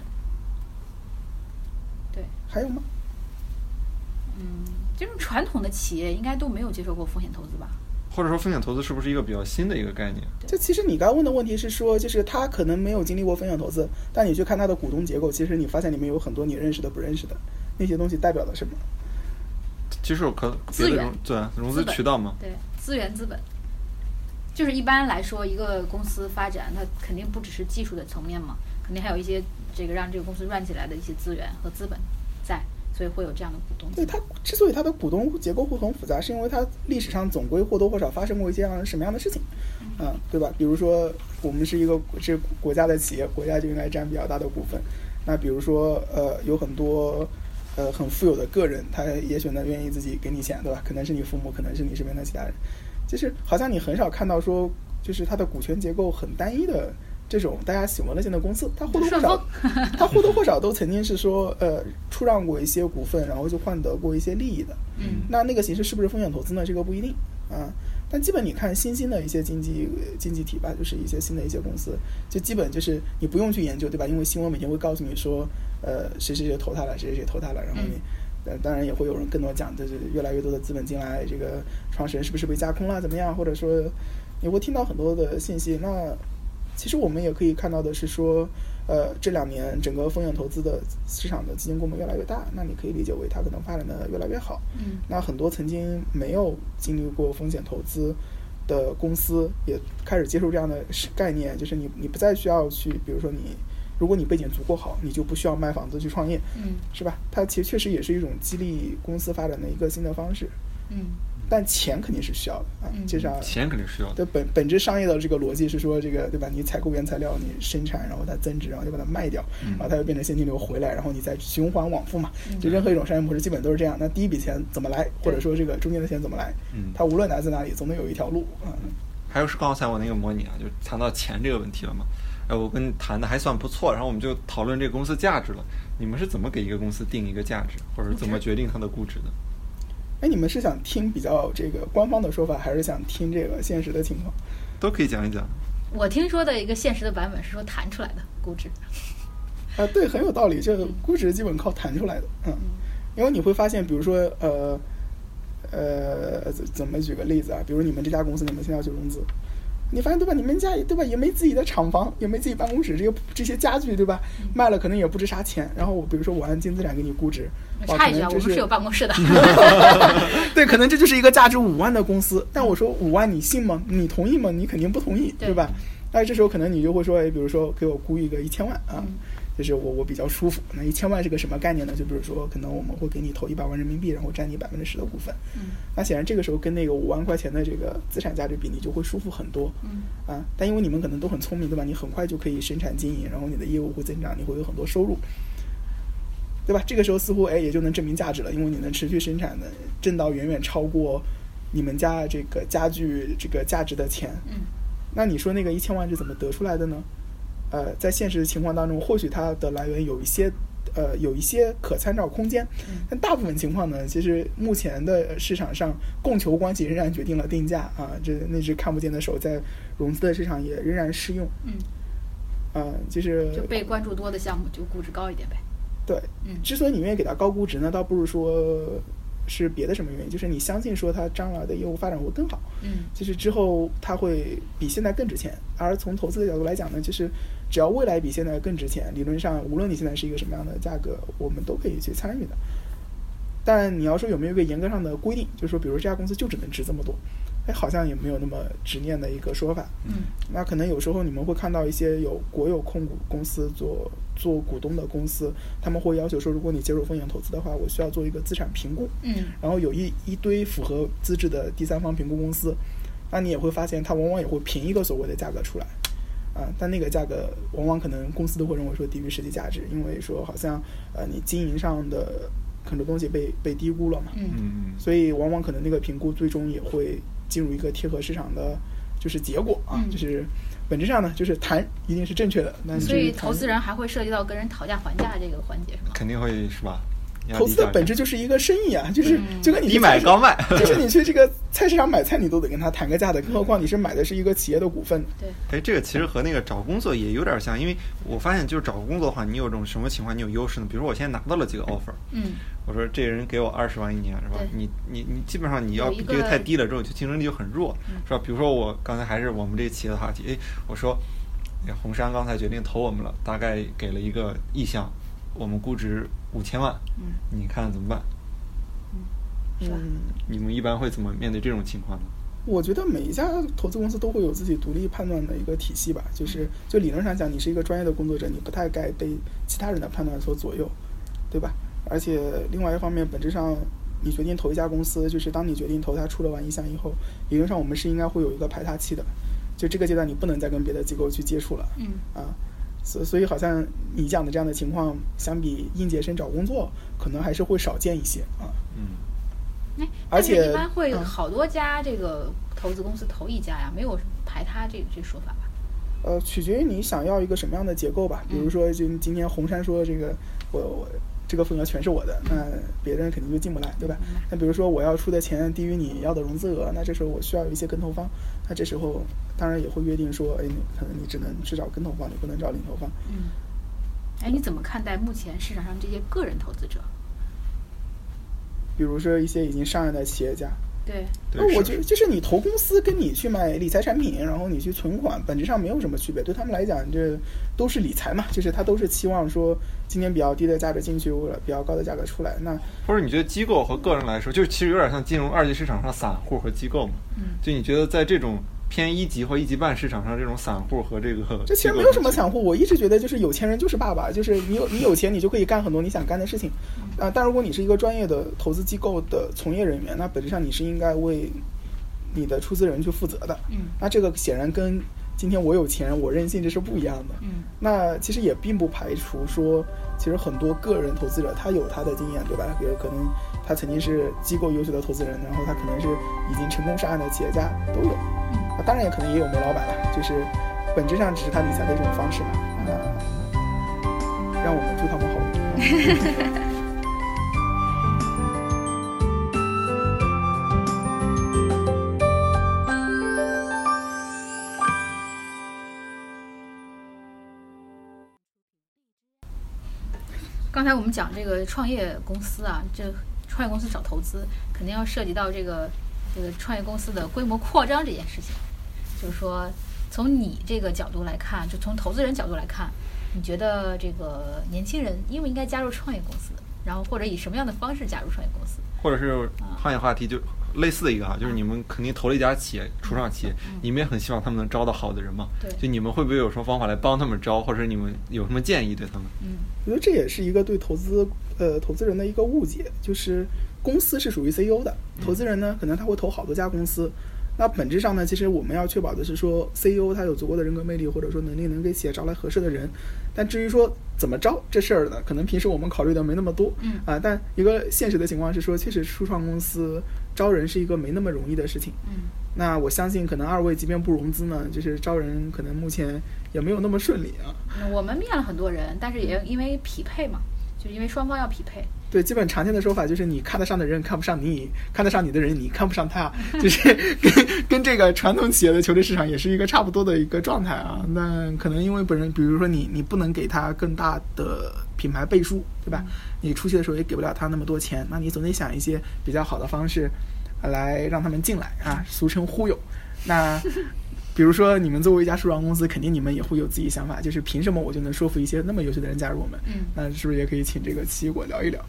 Speaker 1: 对，
Speaker 3: 还有吗？
Speaker 1: 嗯，这种传统的企业应该都没有接受过风险投资吧？
Speaker 2: 或者说风险投资是不是一个比较新的一个概念？
Speaker 3: 就其实你刚刚问的问题是说，就是他可能没有经历过风险投资，但你去看他的股东结构，其实你发现里面有很多你认识的、不认识的那些东西，代表了什么？
Speaker 2: 其实有可
Speaker 1: 资
Speaker 2: 别的
Speaker 1: 源
Speaker 2: 融对融资
Speaker 1: 资本
Speaker 2: 渠道嘛，
Speaker 1: 对，资源资本，就是一般来说，一个公司发展，它肯定不只是技术的层面嘛，肯定还有一些这个让这个公司 run 起来的一些资源和资本在，所以会有这样的股东。
Speaker 3: 对它之所以它的股东结构会很复杂，是因为它历史上总归或多或少发生过一些样什么样的事情，嗯，对吧？比如说我们是一个是国家的企业，国家就应该占比较大的股份。那比如说呃，有很多呃很富有的个人，他也许呢愿意自己给你钱，对吧？可能是你父母，可能是你身边的其他人，就是好像你很少看到说就是它的股权结构很单一的。这种大家喜闻乐见的公司，它或多或
Speaker 1: 顺
Speaker 3: 少
Speaker 1: 风，
Speaker 3: 它或多或少都曾经是说，呃，出让过一些股份，然后就换得过一些利益的。
Speaker 1: 嗯，
Speaker 3: 那那个形式是不是风险投资呢？这个不一定啊。但基本你看新兴的一些经济呃经济体吧，就是一些新的一些公司，就基本就是你不用去研究，对吧？因为新闻每天会告诉你说，呃，谁谁谁投他了，谁谁谁投他了，然后你。呃，当然也会有人更多讲，就是越来越多的资本进来，这个创始人是不是被架空了，怎么样？或者说，你会听到很多的信息。那其实我们也可以看到的是说，呃，这两年整个风险投资的市场的基金规模越来越大，那你可以理解为它可能发展的越来越好。
Speaker 1: 嗯，
Speaker 3: 那很多曾经没有经历过风险投资的公司，也开始接受这样的是概念，就是你你不再需要去，比如说你，如果你背景足够好，你就不需要卖房子去创业，
Speaker 1: 嗯
Speaker 3: 是吧？它其实确实也是一种激励公司发展的一个新的方式，
Speaker 1: 嗯
Speaker 3: 但钱肯定是需要的啊，
Speaker 1: 嗯
Speaker 3: 至少
Speaker 2: 钱肯定是需要的。
Speaker 3: 对本本质商业的这个逻辑是说，这个对吧？你采购原材料，你生产，然后它增值，然后就把它卖掉，
Speaker 2: 嗯
Speaker 3: 然后它又变成现金流回来，然后你再循环往复嘛。
Speaker 1: 嗯
Speaker 3: 就任何一种商业模式基本都是这样。那第一笔钱怎么来，或者说这个中间的钱怎么来
Speaker 2: 嗯，
Speaker 3: 它无论来自哪里，总得有一条路啊。
Speaker 2: 还有是刚才我那个模拟啊，就谈到钱这个问题了嘛。哎，我跟你谈的还算不错，然后我们就讨论这个公司价值了。你们是怎么给一个公司定一个价值，或者怎么决定它的估值的？
Speaker 3: 哎，你们是想听比较这个官方的说法，还是想听这个现实的情况？
Speaker 2: 都可以讲一讲。
Speaker 1: 我听说的一个现实的版本是说弹出来的估值，
Speaker 3: 啊，对，很有道理。这个估值基本靠弹出来的，嗯，因为你会发现，比如说，呃，呃，怎怎么举个例子啊？比如你们这家公司，你们现在要去融资，你发现对吧？你们家也对吧？也没自己的厂房，也没自己办公室，这个这些家具对吧？
Speaker 1: 嗯
Speaker 3: 卖了可能也不值啥钱。然后我比如说我按净资产给你估值，哇
Speaker 1: 插
Speaker 3: 可
Speaker 1: 一句啊，
Speaker 3: 能
Speaker 1: 我
Speaker 3: 这
Speaker 1: 们是
Speaker 3: 是
Speaker 1: 有办公 室的。
Speaker 3: 对，可能这就是一个价值五万的公司。但我说五万，你信吗？你同意吗？你肯定不同意，
Speaker 1: 对
Speaker 3: 对吧？但是这时候可能你就会说，哎，比如说给我估一个一千万啊，
Speaker 1: 嗯
Speaker 3: 就是我我比较舒服。那一千万是个什么概念呢？就比如说，可能我们会给你投一百万人民币，然后占你百分之十的股份。
Speaker 1: 嗯
Speaker 3: 那显然这个时候跟那个五万块钱的这个资产价值比，你就会舒服很多。
Speaker 1: 嗯
Speaker 3: 啊，但因为你们可能都很聪明，对吧？你很快就可以生产经营，然后你的业务会增长，你会有很多收入，对吧？这个时候似乎哎也就能证明价值了，因为你能持续生产的挣到远远超过你们家这个家具这个价值的钱。
Speaker 1: 嗯
Speaker 3: 那你说那个一千万是怎么得出来的呢？呃，在现实情况当中，或许它的来源有一些，呃，有一些可参照空间
Speaker 1: 嗯，
Speaker 3: 但大部分情况呢，其实目前的市场上供求关系仍然决定了定价啊，这那只看不见的手在融资的市场也仍然适用，
Speaker 1: 嗯，
Speaker 3: 啊，就是
Speaker 1: 就被关注多的项目就估值高一点呗。
Speaker 3: 对，
Speaker 1: 嗯
Speaker 3: 之所以你愿意给它高估值呢，倒不如说是别的什么原因，就是你相信说它将来的业务发展会更好，
Speaker 1: 嗯
Speaker 3: 就是之后它会比现在更值钱。而从投资的角度来讲呢，就是只要未来比现在更值钱，理论上无论你现在是一个什么样的价格，我们都可以去参与的。但你要说有没有一个严格上的规定，就是说，比如这家公司就只能值这么多，哎，好像也没有那么执念的一个说法。
Speaker 1: 嗯
Speaker 3: 那可能有时候你们会看到一些有国有控股公司做做股东的公司，他们会要求说，如果你接入风险投资的话，我需要做一个资产评估，
Speaker 1: 嗯
Speaker 3: 然后有一一堆符合资质的第三方评估公司，那你也会发现它往往也会评一个所谓的价格出来，啊、但那个价格往往可能公司都会认为说低于实际价值，因为说好像呃你经营上的很多东西被被低估了嘛，
Speaker 1: 嗯
Speaker 2: 嗯，
Speaker 3: 所以往往可能那个评估最终也会进入一个贴合市场的，就是结果啊，
Speaker 1: 嗯
Speaker 3: 就是本质上呢，就是谈一定是正确的，但是
Speaker 1: 所以投
Speaker 3: 谈
Speaker 1: 资人还会涉及到跟人讨价还价这个环节是吗？
Speaker 2: 肯定会是吧？压
Speaker 3: 投
Speaker 2: 低
Speaker 3: 资的
Speaker 2: 价
Speaker 3: 本
Speaker 2: 格
Speaker 3: 质就是一个生意啊，就是
Speaker 1: 嗯
Speaker 3: 就跟你去
Speaker 2: 低买
Speaker 3: 菜市
Speaker 2: 高卖
Speaker 3: 就是你去这个菜市场买菜，你都得跟他谈个价的，更何况你是买的是一个企业的股份。
Speaker 1: 对，
Speaker 2: 哎，这个其实和那个找工作也有点像，因为我发现就是找工作的话，你有种什么情况你有优势呢？比如说我现在拿到了几个 offer，
Speaker 1: 嗯，
Speaker 2: 我说这人给我二十万一年是吧
Speaker 1: 对？
Speaker 2: 你你你基本上你要
Speaker 1: 有一
Speaker 2: 比
Speaker 1: 个
Speaker 2: 这个太低了之后，就竞争力就很弱，
Speaker 1: 嗯
Speaker 2: 是吧？比如说我刚才还是我们这企业的话题，哎，我说，哎红杉刚才决定投我们了，大概给了一个意向，我们估值五千万，
Speaker 1: 嗯
Speaker 2: 你看怎么办？
Speaker 1: 是吧
Speaker 3: 嗯，
Speaker 2: 你们一般会怎么面对这种情况呢？
Speaker 3: 我觉得每一家投资公司都会有自己独立判断的一个体系吧，就是就理论上讲，你是一个专业的工作者，你不太该被其他人的判断所左右，对吧？而且另外一方面，本质上你决定投一家公司，就是当你决定投它出了完意向以后，理论上我们是应该会有一个排他期的，就这个阶段你不能再跟别的机构去接触了，
Speaker 1: 嗯
Speaker 3: 啊，所所以好像你讲的这样的情况，相比应届生找工作，可能还是会少见一些啊。
Speaker 2: 嗯，
Speaker 1: 哎，
Speaker 3: 而
Speaker 1: 但是
Speaker 3: 且
Speaker 1: 一般会
Speaker 3: 嗯
Speaker 1: 好多家这个投资公司投一家呀，没有排他这这说法吧？
Speaker 3: 呃，取决于你想要一个什么样的结构吧。比如说，就今天红杉说这个，我我这个份额全是我的，那别人肯定就进不来，对吧？那比如说我要出的钱低于你要的融资额，那这时候我需要有一些跟投方，那这时候当然也会约定说，哎，你可能你只能去找跟投方，你不能找领投方。
Speaker 1: 嗯，哎，你怎么看待目前市场上这些个人投资者？
Speaker 3: 比如说一些已经上岸的企业家，
Speaker 1: 对，
Speaker 2: 对，
Speaker 3: 那我
Speaker 2: 是
Speaker 3: 觉
Speaker 2: 是
Speaker 3: 得就是你投公司跟你去买理财产品，然后你去存款，本质上没有什么区别。对他们来讲，这都是理财嘛，就是他都是期望说今天比较低的价格进去，为了比较高的价格出来。那
Speaker 2: 或者你觉得机构和个人来说，就是其实有点像金融二级市场上散户和机构嘛？
Speaker 1: 嗯
Speaker 2: 就你觉得在这种偏一级或一级半市场上，这种散户和这个
Speaker 3: 这其
Speaker 2: 机
Speaker 3: 实
Speaker 2: 构
Speaker 3: 没有什么散户，我一直觉得就是有钱人就是爸爸，就是你有你有钱，你就可以干很多你想干的事情。啊，但如果你是一个专业的投资机构的从业人员，那本质上你是应该为你的出资人去负责的。
Speaker 1: 嗯
Speaker 3: 那这个显然跟今天我有钱我任性这是不一样的。
Speaker 1: 嗯
Speaker 3: 那其实也并不排除说，其实很多个人投资者他有他的经验，对吧？比如可能他曾经是机构优秀的投资人，然后他可能是已经成功上岸的企业家都有，啊，当然也可能也有煤老板了，就是本质上只是他理财的一种方式嘛。那让我们祝他们好运。
Speaker 1: 刚才我们讲这个创业公司啊，这创业公司找投资，肯定要涉及到这个这个创业公司的规模扩张这件事情。就是说，从你这个角度来看，就从投资人角度来看，你觉得这个年轻人应不应该加入创业公司？然后或者以什么样的方式加入创业公司？
Speaker 2: 或者是
Speaker 1: 啊
Speaker 2: 换一个话题，就类似的一个啊，就是你们肯定投了一家企业，初创企业，你们也很希望他们能招到好的人嘛？
Speaker 1: 嗯对
Speaker 2: 就你们会不会有什么方法来帮他们招，或者你们有什么建议对他们？
Speaker 1: 嗯
Speaker 3: 我觉得这也是一个对投资呃投资人的一个误解，就是公司是属于 CEO 的，投资人呢可能他会投好多家公司。那本质上呢，其实我们要确保的是说，CEO 他有足够的人格魅力，或者说能力能给企业招来合适的人。但至于说怎么招这事儿呢，可能平时我们考虑的没那么多。
Speaker 1: 嗯
Speaker 3: 啊，但一个现实的情况是说，确实初创公司招人是一个没那么容易的事情。
Speaker 1: 嗯
Speaker 3: 那我相信，可能二位即便不融资呢，就是招人可能目前也没有那么顺利啊。
Speaker 1: 嗯那我们面了很多人，但是也因为匹配嘛，就是因为双方要匹配。
Speaker 3: 对，基本常见的说法就是你看得上的人看不上你，看得上你的人你看不上他，就是跟跟这个传统企业的求职市场也是一个差不多的一个状态啊。那可能因为本人，比如说你你不能给他更大的品牌背书，对吧？你出去的时候也给不了他那么多钱，那你总得想一些比较好的方式来让他们进来啊，俗称忽悠。那比如说，你们作为一家初创公司，肯定你们也会有自己想法，就是凭什么我就能说服一些那么优秀的人加入我们？
Speaker 1: 嗯
Speaker 3: 那是不是也可以请这个奇异果聊一聊？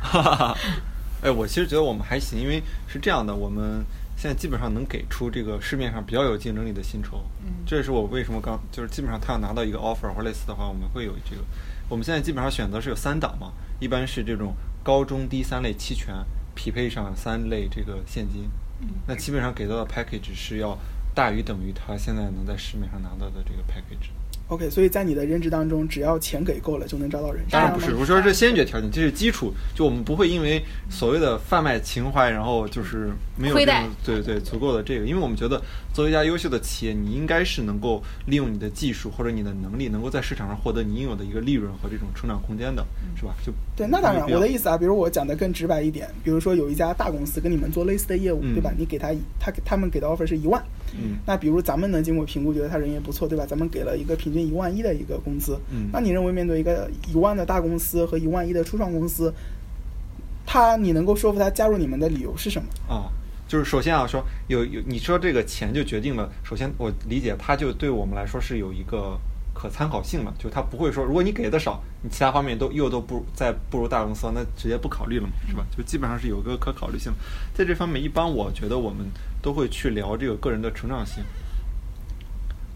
Speaker 2: 哈哈哈， 哎，我其实觉得我们还行，因为是这样的，我们现在基本上能给出这个市面上比较有竞争力的薪酬。
Speaker 1: 嗯
Speaker 2: 这也是我为什么刚就是基本上他要拿到一个 offer 或者类似的话，我们会有这个。我们现在基本上选择是有三档嘛，一般是这种高中低三类期权，匹配上三类这个现金。
Speaker 1: 嗯
Speaker 2: 那基本上给到的 package 是要大于等于他现在能在市面上拿到的这个 package。
Speaker 3: OK，所以在你的认知当中，只要钱给够了就能招到人，
Speaker 2: 当然不
Speaker 3: 这
Speaker 2: 是，
Speaker 3: 样吗
Speaker 2: 我说这是先决条件，这是基础。就我们不会因为所谓的贩卖情怀，然后就是没有
Speaker 1: 亏
Speaker 2: 这
Speaker 1: 待
Speaker 2: 种对对足够的这个，因为我们觉得作为一家优秀的企业，你应该是能够利用你的技术或者你的能力，能够在市场上获得你应有的一个利润和这种成长空间的，是吧？就
Speaker 3: 对，那当然，
Speaker 2: 没有必要
Speaker 3: 我的意思啊，比如我讲的更直白一点，比如说有一家大公司跟你们做类似的业务，
Speaker 2: 嗯
Speaker 3: 对吧？你给他一他给他们给的 offer 是一万，
Speaker 2: 嗯
Speaker 3: 那比如咱们呢经过评估觉得他人也不错，对吧？咱们给了一个平均一万一的一个工资，
Speaker 2: 嗯
Speaker 3: 那你认为面对一个一万的大公司和一万一的初创公司，他你能够说服他加入你们的理由是什么？
Speaker 2: 啊、就是首先啊，说有有，你说这个钱就决定了。首先，我理解它就对我们来说是有一个可参考性了，就它不会说，如果你给的少，你其他方面都又都不如在不如大公司，那直接不考虑了嘛，是吧？就基本上是有一个可考虑性。在这方面，一般我觉得我们都会去聊这个个人的成长性，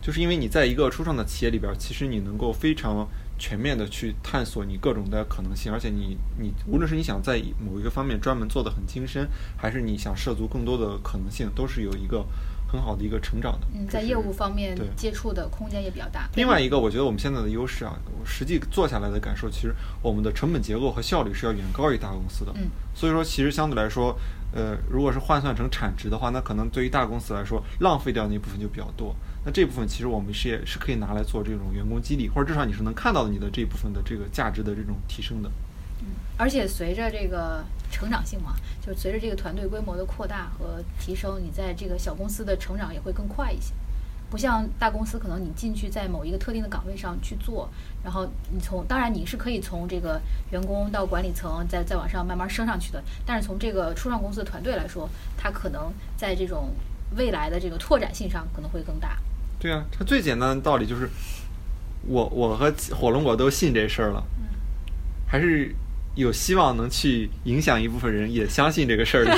Speaker 2: 就是因为你在一个初创的企业里边儿，其实你能够非常全面的去探索你各种的可能性，而且你你无论是你想在某一个方面专门做的很精深，还是你想涉足更多的可能性，都是有一个很好的一个成长的。
Speaker 1: 嗯，
Speaker 2: 这
Speaker 1: 在
Speaker 2: 是
Speaker 1: 业务方面
Speaker 2: 对
Speaker 1: 接触的空间也比较大。
Speaker 2: 另外一个，我觉得我们现在的优势啊，我实际做下来的感受，其实我们的成本结构和效率是要远高于大公司的。
Speaker 1: 嗯
Speaker 2: 所以说，其实相对来说，呃，如果是换算成产值的话，那可能对于大公司来说，浪费掉那部分就比较多。那这部分其实我们是也是可以拿来做这种员工激励，或者至少你是能看到你的这部分的这个价值的这种提升的。
Speaker 1: 而且随着这个成长性嘛，就是随着这个团队规模的扩大和提升，你在这个小公司的成长也会更快一些。不像大公司，可能你进去在某一个特定的岗位上去做，然后你从当然你是可以从这个员工到管理层，再再往上慢慢升上去的。但是从这个初创公司的团队来说，它可能在这种未来的这个拓展性上可能会更大。
Speaker 2: 对啊，它最简单的道理就是，我我和火龙果都信这事儿了，
Speaker 1: 嗯
Speaker 2: 还是有希望能去影响一部分人也相信这个事儿的。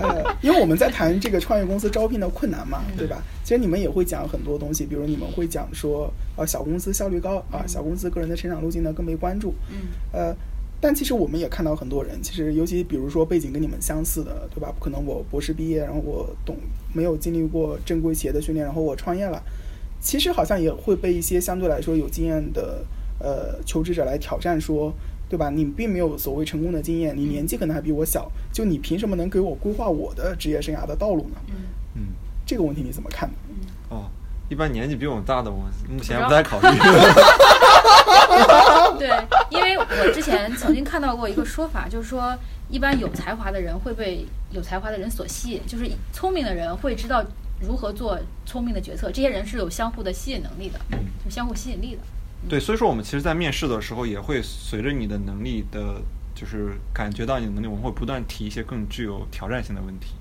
Speaker 3: 呃， 因为我们在谈这个创业公司招聘的困难嘛，
Speaker 1: 嗯
Speaker 3: 对吧？其实你们也会讲很多东西，比如你们会讲说，呃，小公司效率高啊、小公司个人的成长路径呢更被关注，
Speaker 1: 嗯，
Speaker 3: 呃，但其实我们也看到很多人，其实尤其比如说背景跟你们相似的，对吧？可能我博士毕业，然后我懂没有经历过正规企业的训练，然后我创业了，其实好像也会被一些相对来说有经验的呃求职者来挑战说。对吧？你并没有所谓成功的经验，你年纪可能还比我小，就你凭什么能给我规划我的职业生涯的道路呢？
Speaker 1: 嗯，
Speaker 2: 嗯。
Speaker 3: 这个问题你怎么看呢？
Speaker 2: 哦，一般年纪比我们大的，我目前不太考虑。
Speaker 1: 对，因为我之前曾经看到过一个说法，就是说，一般有才华的人会被有才华的人所吸引，就是聪明的人会知道如何做聪明的决策，这些人是有相互的吸引能力的，有相互吸引力的。
Speaker 2: 对，所以说我们其实，在面试的时候，也会随着你的能力的，就是感觉到你的能力，我们会不断提一些更具有挑战性的问题，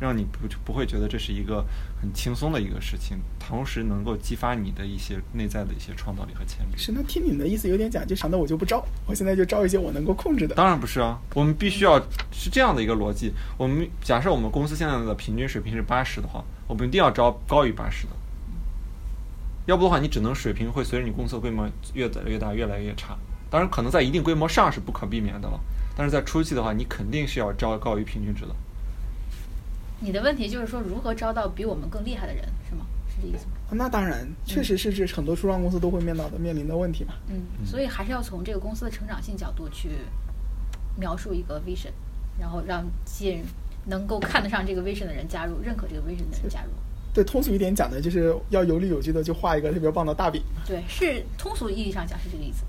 Speaker 2: 让你不不会觉得这是一个很轻松的一个事情，同时能够激发你的一些内在的一些创造力和潜力。
Speaker 3: 是，那听你的意思有点讲究，长的我就不招，我现在就招一些我能够控制的。
Speaker 2: 当然不是啊，我们必须要是这样的一个逻辑。我们假设我们公司现在的平均水平是八十的话，我们一定要招高于八十的，要不的话你只能水平会随着你公司的规模越来越大，越来越差。当然，可能在一定规模上是不可避免的了，但是在初期的话，你肯定是要招高于平均值的。
Speaker 1: 你的问题就是说，如何招到比我们更厉害的人，是吗？是这意思吗？
Speaker 3: 那当然，确
Speaker 2: 嗯
Speaker 3: 实是这很多初创公司都会面到的面临的问题嘛。
Speaker 1: 嗯，所以还是要从这个公司的成长性角度去描述一个 vision，然后让吸引能够看得上这个 vision 的人加入，认可这个 vision 的人加入。
Speaker 3: 对，通俗一点讲呢，就是要有理有据的去画一个特别棒的大饼。
Speaker 1: 对，是通俗意义上讲是这个意思。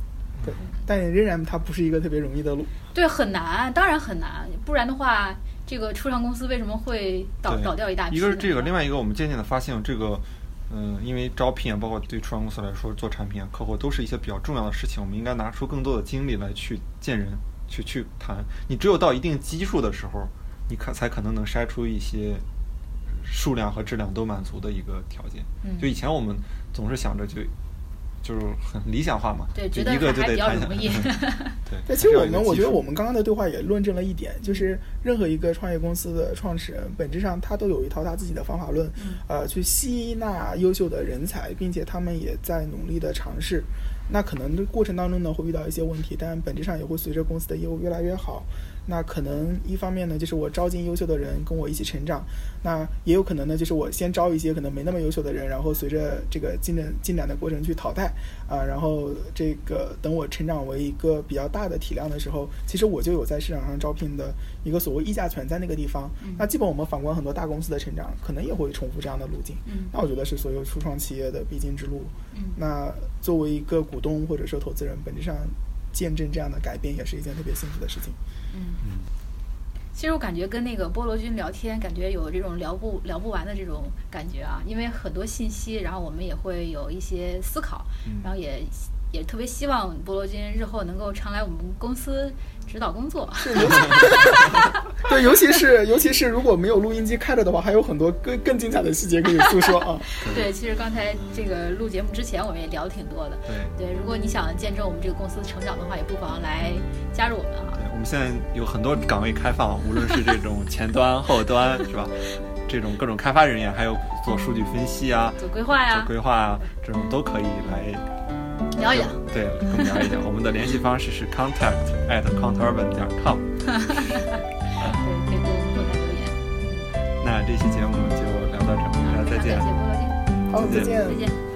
Speaker 3: 对，
Speaker 2: 嗯
Speaker 3: 但仍然它不是一个特别容易的路。
Speaker 1: 对，很难，当然很难，不然的话，这个初创公司为什么会倒
Speaker 2: 对
Speaker 1: 倒掉一大批呢？
Speaker 2: 一个是这个，另外一个我们渐渐的发现，这个，嗯、因为招聘啊，包括对初创公司来说，做产品啊、客户都是一些比较重要的事情，我们应该拿出更多的精力来去见人，去去谈。你只有到一定基数的时候，你看才可能能筛出一些数量和质量都满足的一个条件。
Speaker 1: 嗯
Speaker 2: 就以前我们总是想着就就是很理想化嘛，
Speaker 1: 对
Speaker 2: 就
Speaker 1: 觉得
Speaker 2: 一个
Speaker 1: 还
Speaker 2: 就
Speaker 1: 比
Speaker 2: 得
Speaker 1: 较
Speaker 2: 谈下
Speaker 1: 容
Speaker 2: 来。
Speaker 1: 易
Speaker 2: 对，
Speaker 3: 对，其实我
Speaker 2: 还是要有
Speaker 3: 们
Speaker 2: 一个
Speaker 3: 我
Speaker 2: 基
Speaker 3: 觉得
Speaker 2: 数
Speaker 3: 我们刚刚的对话也论证了一点，就是任何一个创业公司的创始人，本质上他都有一套他自己的方法论，
Speaker 2: 嗯
Speaker 3: 呃，去吸纳优秀的人才，并且他们也在努力的尝试。那可能这过程当中呢，会遇到一些问题，但本质上也会随着公司的业务越来越好，那可能一方面呢，就是我招进优秀的人跟我一起成长，那也有可能呢，就是我先招一些可能没那么优秀的人，然后随着这个进展进展的过程去淘汰啊、然后这个等我成长为一个比较大的体量的时候，其实我就有在市场上招聘的一个所谓议价权在那个地方。那基本我们反观很多大公司的成长，可能也会重复这样的路径。
Speaker 1: 嗯
Speaker 3: 那我觉得是所有初创企业的必经之路。
Speaker 1: 嗯
Speaker 3: 那作为一个股东或者说投资人，本质上见证这样的改变也是一件特别幸福的事情。
Speaker 1: 嗯，其实我感觉跟那个菠萝君聊天，感觉有这种聊不聊不完的这种感觉啊，因为很多信息，然后我们也会有一些思考，
Speaker 2: 嗯
Speaker 1: 然后也也特别希望菠萝君日后能够常来我们公司指导工作。
Speaker 3: 对，尤其是尤其是如果没有录音机开着的话，还有很多更更精彩的细节可以诉说 啊。
Speaker 1: 对，其实刚才这个录节目之前，我们也聊挺多的。
Speaker 2: 对。
Speaker 1: 对，如果你想见证我们这个公司成长的话，也不妨来加入我们啊。
Speaker 2: 对，我们现在有很多岗位开放，无论是这种前端、后端，是吧？这种各种开发人员，还有做数据分析啊、
Speaker 1: 做规划
Speaker 2: 做
Speaker 1: 呀，
Speaker 2: 规划啊，这种都可以来
Speaker 1: 聊一聊。
Speaker 2: 对跟我们聊一聊。我们的联系方式是 contact at counturban 点 com。
Speaker 1: 对，可以给我们后台留言。
Speaker 2: 那这期节目就聊到这儿，大家再
Speaker 1: 那
Speaker 2: 见
Speaker 1: 感谢。菠萝君，
Speaker 3: 好，再见
Speaker 1: 再见。